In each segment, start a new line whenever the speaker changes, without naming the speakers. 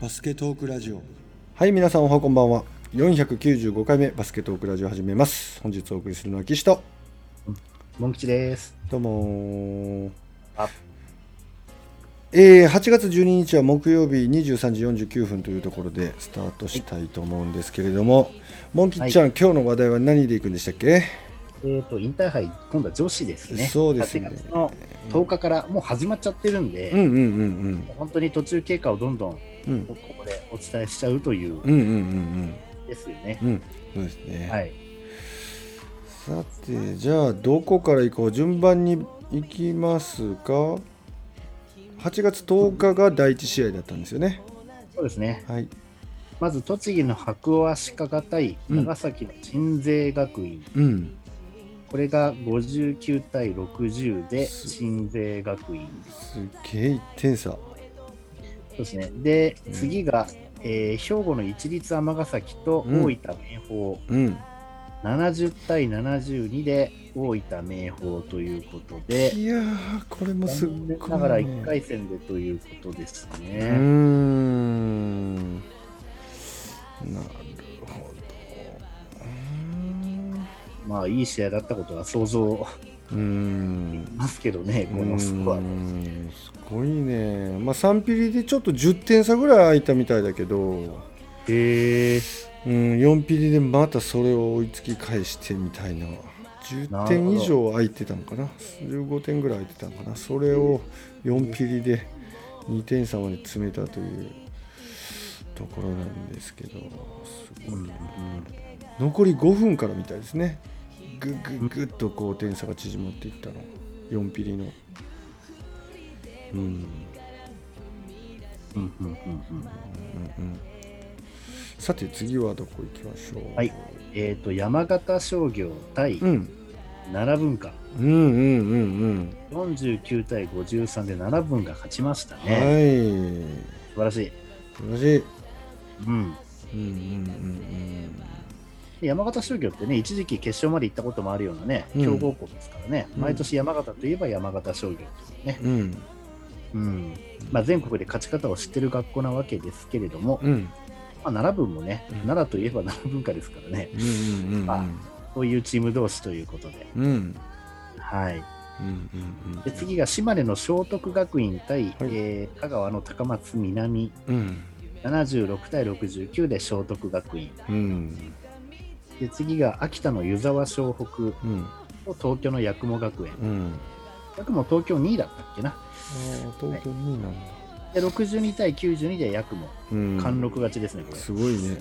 バスケトークラジオ
はい、皆さんおはこんばんは。495回目バスケットークラジオ始めます。本日お送りするのは岸と。
モン吉です。
どうもー
あ
えー、8月12日は木曜日23時49分というところでスタートしたいと思うんですけれども、モンキッちゃん、今日の話題は何でいくんでしたっけ
えっ、と、インターハイ、今度は女子ですね。
そうですね
8月の10日からもう始まっちゃってるんで、
うんうんうん
本当に途中経過をどんどんこ
うん。うん
こでお伝えしちゃうという、
うんうんうん
ですよね。
うん。うん。そうですね。
はい。
さて、じゃあどこから行こう順番に行きますか ?8 月10日が第一試合だったんですよね。
そうですね。
はい。
まず、栃木の白尾足利対
うん
長崎の鎮西学院。
うん。
これが59対60で、鎮西学院。
すげえ1点差。
そうですね。で
う、ん
次が、えー兵庫の一律尼崎と
うん
大分明豊。
うん。
70対72で大分明豊ということで、
いやー、これもすっ
残
ごい、
念
ね。
ながら1回戦でということです
うー
ね。
ん。なるほど。
まあ、いい試合だったことは想像
うーん。
ますけどね、このスコア
うー
で。
んすごいね。まあ、3ピリでちょっと10点差ぐらい空いたみたいだけど。
へえ、
うん、4ピリでまたそれを追いつき返してみたいな10点以上空いてたのかな15点ぐらい空いてたのかなそれを4ピリで2点差まで詰めたというところなんですけどすごい残り5分からみたいですねぐぐぐっとこう点差が縮まっていったの4ピリのうん
うんうんうんうん
さて次はどこ行きましょう
はいえっと山形商業対
うん
奈良文化、
うんうんうんうん
49対53で奈良文が勝ちました
は
ね。
い。
素晴らしい。
素晴らしい。
うん、
うんうん
で山形商業ってね、一時期決勝まで行ったこともあるようなね、
うん
強豪校ですからね、
うん
毎年山形といえば山形商業というね、
うんうん。うん
うんまあ、全国で勝ち方を知ってる学校なわけですけれども、
うん
まあ、奈良分もね、
うん
奈良といえば奈良文化ですからね、
うんうんうん。
あそういうチーム同士ということで、
うんうん
はい、
うん
で次が島根の聖徳学院対、
はい
えー香川の高松南、
うんうん
76対69で聖徳学院、
うん
で次が秋田の湯沢湘北
うん
と東京の八雲学園、
うん。
八雲東京2位だったっけな、
ああ東京になんだ。
で62対92で八雲、
うん
貫禄勝ちですね、これ。
すごいね。
うん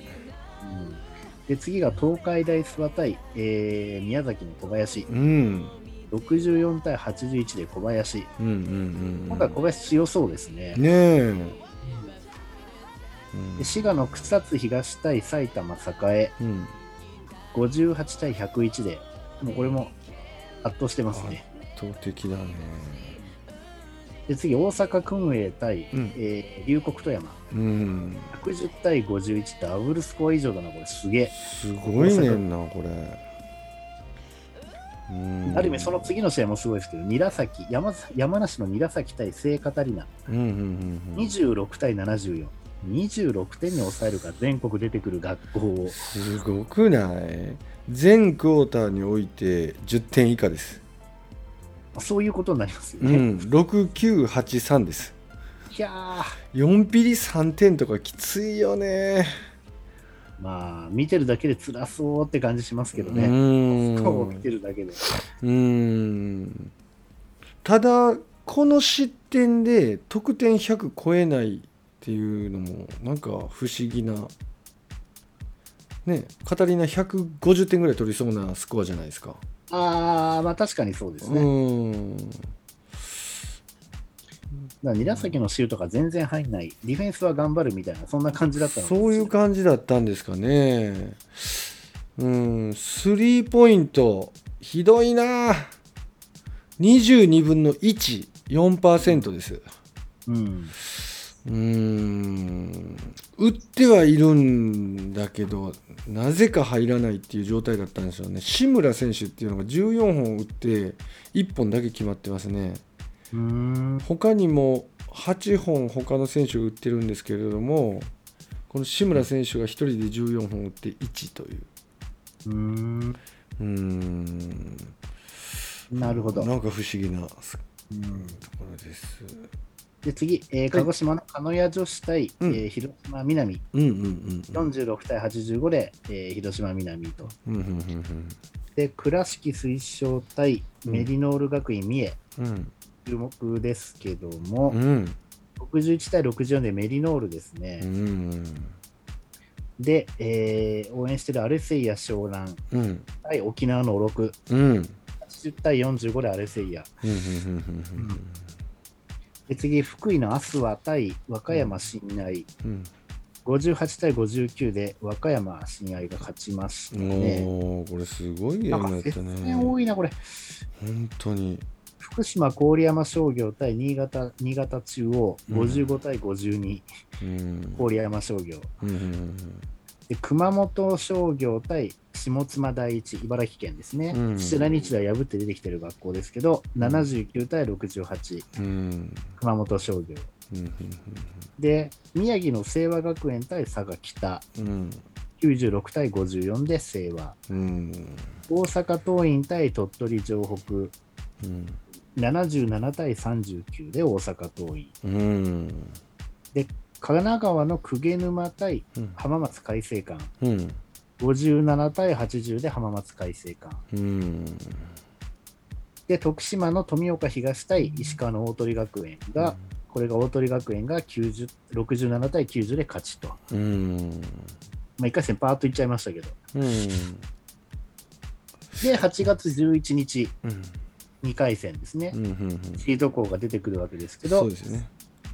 で次が東海大諏訪対、えー宮崎の小林
うん
64対81で小林
うんうんう
今
ん。
回小林強そうですね、
ねえ。
で滋賀の草津東対埼玉栄
うんうん。
58対101でもうこれも圧倒してますね
圧倒的だね。
で次大阪薫英対、
うん
えー龍谷富山
うん。
110対51ダブルスコア以上だなこれすげえ、
すごいねんなこれ。うん
ある意味その次の試合もすごいですけど韮崎山山梨の韮崎対聖カタリナ
うんうんうんうん。
26対74。26点に抑えるか全国出てくる学校を
すごくない全クォーターにおいて10点以下です。
そういうことになりますよ
う
ね。
ん、6983です。
いや
4ピリ3点とかきついよね。
ーまあ見てるだけで辛そうって感じしますけど
う
ね。
ん
スコアを見てるだけで。
うんただ、この失点で得点100超えないっていうのもなんか不思議な。ね、カタリナ150点ぐらい取りそうなスコアじゃないですか。
ああまあ確かにそうですね。
うん
だから韮のシュートが全然入んない。ディフェンスは頑張るみたいなそんな感じだったのかも
そう
しれ
い
な
う感じだったんですかね。うん、スリーポイント、ひどいな。22分の1、4%です。
うん。
うーん、打ってはいるんだけど、なぜか入らないっていう状態だったんですよね。志村選手っていうのが14本打って、1本だけ決まってますね。
うーん。
他にも8本他の選手が打ってるんですけれどもこの志村選手が1人で14本打って1という
うーん。
うーん
なるほど。
なんか不思議なす
うん
ところです
で、次、えー鹿児島の鹿屋女子対、
うん
えー広島南。
うんうんうんうん
46対85で、えー広島南と。
うんうんうん
で、倉敷推奨対
うん
メリノール学院三重。
うん
注目ですけども、
うん
61対64でメリノールです
う
ね。
ん
で、えー応援してるアルセイヤ湘南
うん
対沖縄の6。
うんうん
80対45でアルセイヤ。
うんうんうん
で次、福井のアスワ対和歌山信愛、
うん
58対59で和歌山信愛が勝ちましたね。
おーこれすごいゲー
なん
ム
か
やっ
接
た
戦
ね
多いな、これ。
本当に
福島郡山商業対新潟新潟中央、55対52、
うん
郡山商業。
うんうん
で熊本商業対下妻第一、茨城県ですね。
うん
土田日大破って出てきてる学校ですけど、79対68、
うんうん
熊本商業。
うん
で、宮城の清和学園対佐賀北、
うん
96対54で清和。
うん
大阪桐蔭対鳥取城北、
うん
77対39で大阪桐蔭。
うん
神奈川の鵠沼対
うん
浜松開誠館、
うん
57対80で浜松開誠館。
うん
で、徳島の富岡東対石川の大鳥学園が、これが大鳥学園が90 67対90で勝ちと。
うん
まあ、1回戦パーッといっちゃいましたけど。
うん
で、8月11日、
うん
2回戦ですね
う。んうんうん
シード校が出てくるわけですけ
そ
ど
う、ですね。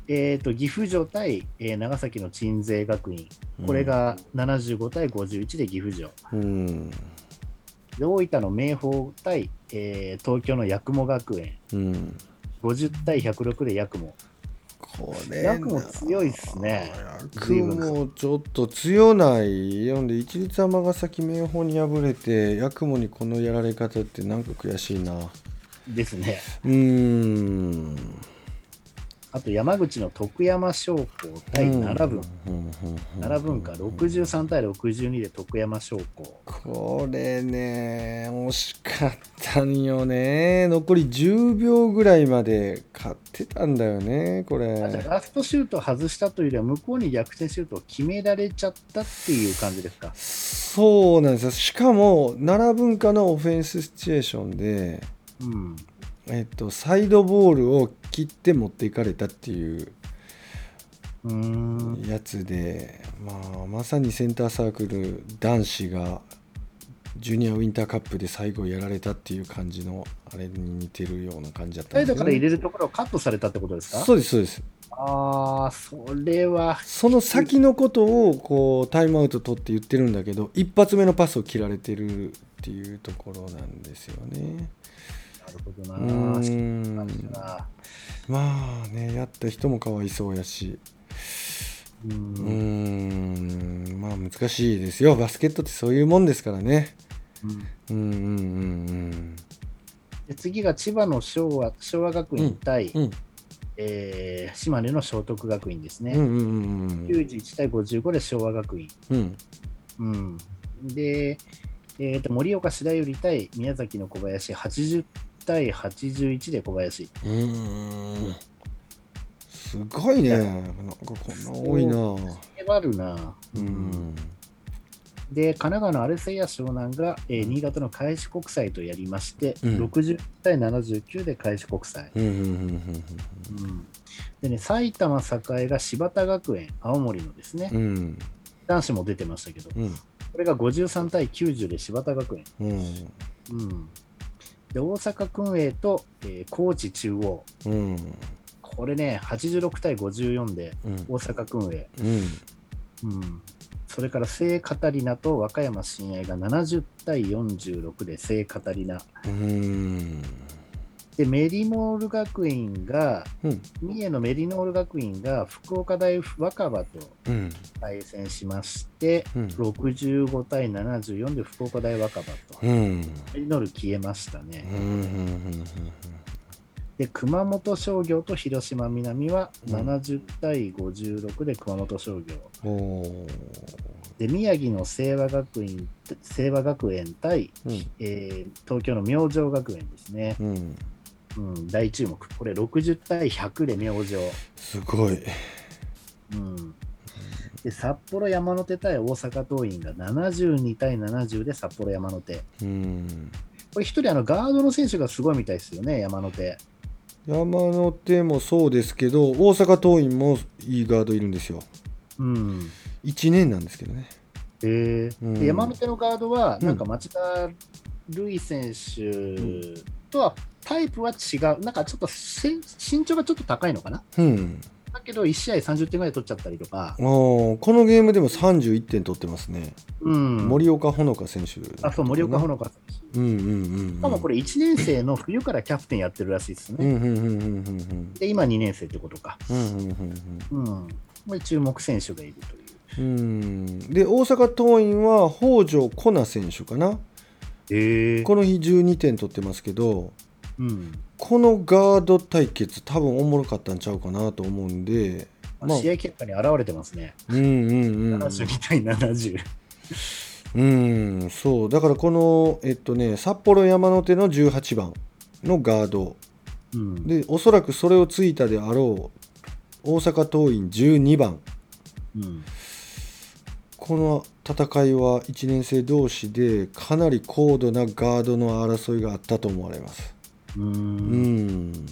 えー、と岐阜城対、えー長崎の鎮西学院、これが75対51で岐阜城、
うん。
で大分の明豊対、えー東京の八雲学園、
うん。
50対106で八雲、
これ
ヤクも強いっすね。
ヤクもちょっと強ない。読んで一律尼崎明豊に敗れて、ヤクモにこのやられ方ってなんか悔しいな。う
ですね、
ーん。
あと山口の徳山商工対奈良分、
うん
奈良文化63対62で徳山商工、
これね、惜しかったんよね。残り10秒ぐらいまで勝ってたんだよね、こ
あじゃあ
れ。
ラストシュート外したというよりは、向こうに逆転シュートを決められちゃったっていう感じですか。
そうなんですよ。しかも、奈良文化のオフェンスシチュエーションで、
うん
えっと、サイドボールを切って持っていかれたっていう
うーん
やつで、まあ、まさにセンターサークル男子がジュニアウィンターカップで最後やられたっていう感じのあれに似てるような感じだった
サ
ん
イ
ですけ
ドか
ど
ら
ね
入れるところをカットされたってことですか
そうですそうです
ああ、それは、
その先のことをこうタイムアウト取って言ってるんだけど一発目のパスを切られてるっていうところなんですよね。
なるほど
う
な。
ーん
う
まあねやった人もかわいそうやしうー
ん
んまあ難しいですよバスケットってそういうもんですからねうんうん
で次が千葉の昭和昭和学院対、
うんうん
えー島根の聖徳学院です
うんう
ね、
んうんうんうん
91対55で昭和学院、
うん
うんで、えーと盛岡白百合対宮崎の小林80対81で小林
うーんすごいねなんかこんな多いな
粘るな、
うん
で神奈川のアルセイア湘南が、えー新潟の開志国際とやりまして、
うん
60対79で開志国際、
うんうんうん
でね、埼玉栄が柴田学園、青森のですね、
うんうん
男子も出てましたけど、こ
うん
れが53対90で柴田学園、
うん
うん、で大阪薫英と、えー高知中央、
うん
これね、86対54で
うん
大阪薫英、
うん
うん、それから聖カタリナと和歌山新愛が70対46で聖カタリナ、
うん
でメリノール学院が、
うん
三重のメリノール学院が福岡大若葉と
うん
対戦しまして、
うん
65対74で福岡大若葉と、
うん
メリノール消えました
う
ね。
んうんうん
で熊本商業と広島南は70対56で熊本商業、
おー
で宮城の清和学院清和学園対、
うん
えー東京の明星学園ですね、
うん
うん、大注目これ60対100で明星、
すごい
うん、で札幌山の手対大阪桐蔭が72対70で札幌山の手
うん
これ一人あのガードの選手がすごいみたいですよね山の手
山手もそうですけど大阪桐蔭もいいガードいるんですよ
うん
1年なんですけどね
えー
うん
で山の手のガードは、
うん
なんか町田瑠唯選手とはタイプは違う、なんかちょっとせん身長がちょっと高いのかな、
うん
だけど1試合30点ぐらい取っちゃったりとか、
おーこのゲームでも31点取ってますね、
うん、
森岡ほのか選手
あそう森岡ほのか選手、し
うんうんうんうん
かもこれ1年生の冬からキャプテンやってるらしいです
う
ね、
んうんうんうんうんうん
で今2年生ってことか、
うんうんうん
うん、これ注目選手がいるという。
うんで大阪桐蔭は北条コナ選手かな
え
この日12点取ってますけど
うん、
このガード対決多分おもろかったんちゃうかなと思うんで
あ
まあ
試合結果に現れてますね、
うんうんうん
72対70。
うんそうだからこのえっとね札幌山の手の18番のガード
うん、
でおそらくそれをついたであろう大阪桐蔭12番
うん
この戦いは1年生同士でかなり高度なガードの争いがあったと思われます
う
うんん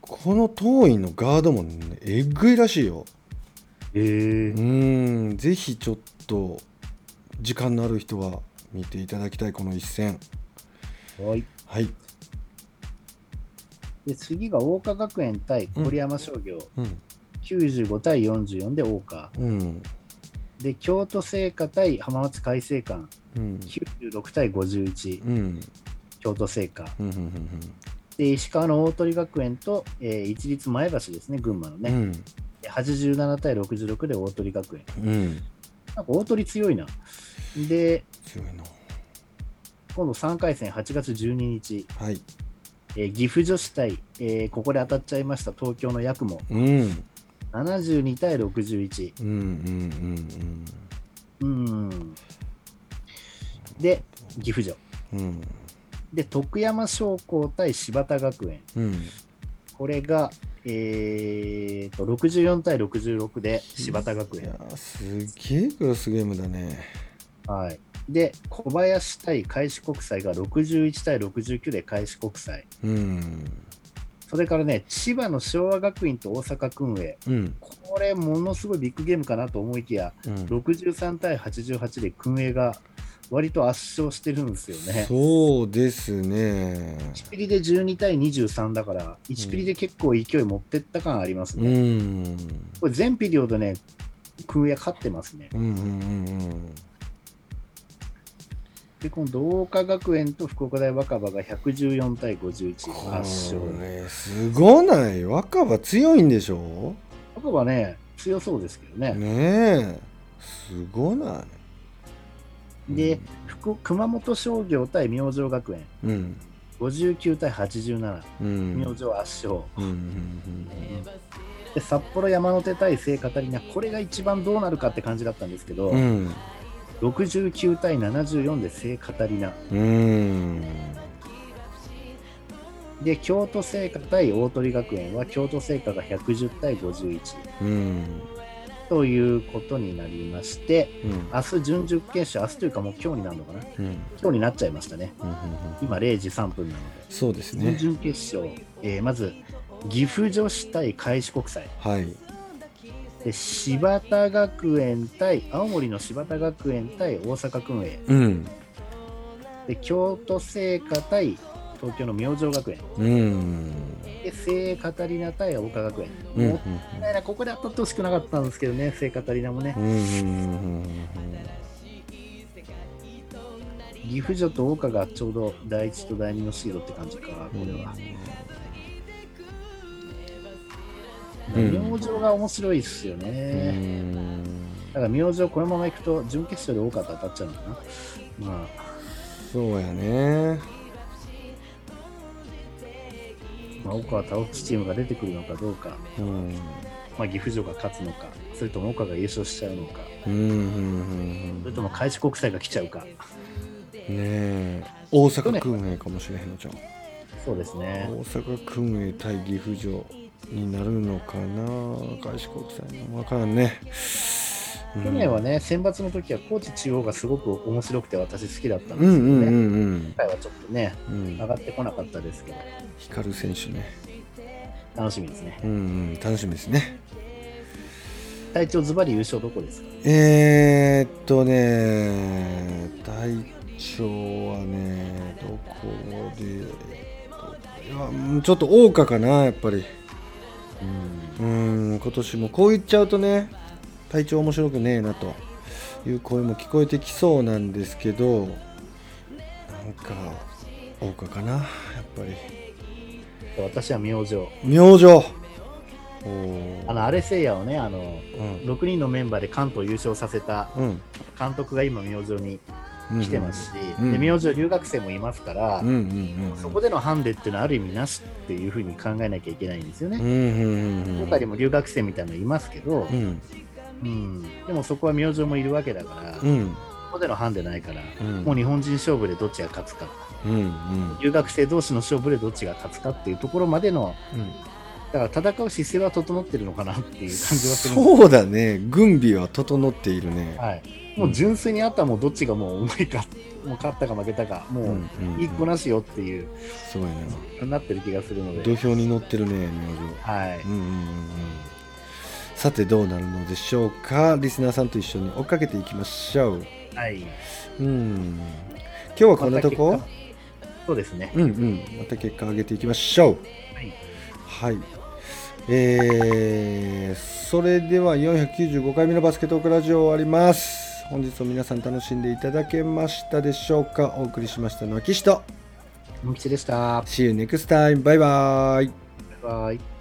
この桐蔭のガードもね、えぐいらしいよ
えー
うんぜひちょっと時間のある人は見ていただきたいこの一戦
はい、
はい、
で次が桜花学園対郡山商業、
うん
95対44で桜花
うん
で京都聖火対浜松開誠館
うん
96対51
うんうん
京都聖火
うんうん
で石川の大鳥学園と、えー一律前橋ですね群馬の
う
ね、
ん
で87対66で大鳥学園
うんうん
なんか大鳥強いなで
強いな
今度3回戦8月12日、
はい
えー岐阜女子対、えーここで当たっちゃいました東京のヤクモ
うん
72対61
うんうんうん
うんで岐阜城
うんうん
で徳山商工対柴田学園
うん
これが、えー、と64対66で柴田学
いや
園、
ーすげえクロスゲームだね
はい、で小林対開志国際が61対69で開志国際
うん
それからね千葉の昭和学院と大阪薫英
うん
これものすごいビッグゲームかなと思いきや
うん
63対88で薫英が割と圧勝してるんですよね
そうですね
1ピリで12対23だから1ピリで結構勢い持ってった感あります
う
ね、
ん
これ全ピリオドね空也勝ってますね
うんうんうん
で、今度、桜花学園と福岡大若葉が114対51、圧勝
こ。れすごない若葉強いんでしょ
若葉ね、強そうですけどね。
ねえすごない
で、福熊本商業対明星学園、
うん
59対87、
うんうん
明星圧勝。
うんうん
で、札幌山手対聖カタリナ、これが一番どうなるかって感じだったんですけど、
うん
69対74で聖カタリナ。
うん
で、京都聖火対大鳥学園は、京都聖火が110対51
うん
ということになりまして、
うん
明日準々決勝、明日というかもう今日になるのかな
うん
今日になっちゃいましたね。
うんうん
今0時3分なので。
そうです
準
ね
々決勝、えーまず岐阜女子対開志国際
はい
で、柴田学園対青森の柴田学園対大阪薫英
うん
で、京都聖火対東京の明星学園、
うん
で聖カタリナ対桜花学園。
うんうん
もったいないここで当たってほしくなかったんですけどね、聖カタリナもね
う。んうん
岐阜女と桜花がちょうど第1と第2のシードって感じか、こ
うんうん
れは。
うん
明星が面白いですよね。
うん
だから明星このまま行くと準決勝で多かった当たっちゃうのかな。まあ、
そうやね
まあ、岡は倒すチームが出てくるのかどうか、
うん
まあ、岐阜城が勝つのか、それとも岡が優勝しちゃうのか、
うんうん
それとも開志国際が来ちゃうか、
うんねえ大阪薫英かもしれへんのじゃん
そうですね、
大阪薫英対岐阜城になるのかな開志国際の分からんね、うん
去年はね、選抜の時は高知中央がすごく面白くて、私好きだったんです
う
け
んう
どね、
んうん
今回はちょっとね、
うんうん
上がってこなかったですけど、
光る選手ね
楽しみですね。
うんうん楽しみですね
隊長ズバリ優勝どこですか
えー、っとね、隊長はね、どこで、いやうんちょっと大岡かな、やっぱり。
うん
うん、今年もこう言っちゃうとね、隊長面白くねえなという声も聞こえてきそうなんですけど、なんか、大岡かな、やっぱり。
私は明星。
明星お
あ
ー
の、アレセイヤをね、あの、
うん
6人のメンバーで関東優勝させた
うん
監督が今、明星に
うん
来てますし、
うん
で明星留学生もいますから、
うんうんうん
そこでのハンデっていうのはある意味なしっていうふうに考えなきゃいけないんですよ
うん
ね。
うんうんうん
他にも留学生みたいなのいますけど
う、ん
うんでもそこは明星もいるわけだから、
う
そ
ん
こでのハンデないから、
うん
もう日本人勝負でどっちが勝つか、
うんうん
留学生同士の勝負でどっちが勝つかっていうところまでの、だから戦う姿勢は整ってるのかなっていう感じはするんです
そうだね軍備は整っているね、
はい、もう純粋にあったらもうどっちがもううまいか、もう勝ったか負けたか、もう
うん
一個なしよっていう、
すごいな
なってる気がするの
土
で、
俵に乗ってるね明
はい
星、うんうんうんうんさてどうなるのでしょうかリスナーさんと一緒に追っかけていきましょう
はい、
うん今日はこんなとこ、
また結果そうですね、
うんうんまた結果上げていきましょう
はい、
はい。えーそれでは495回目のバスケットオークラジオ終わります。本日も皆さん楽しんでいただけましたでしょうかお送りしましたのは岸と
もきちでした、バ
See you next time. バイバイ。
イバイ。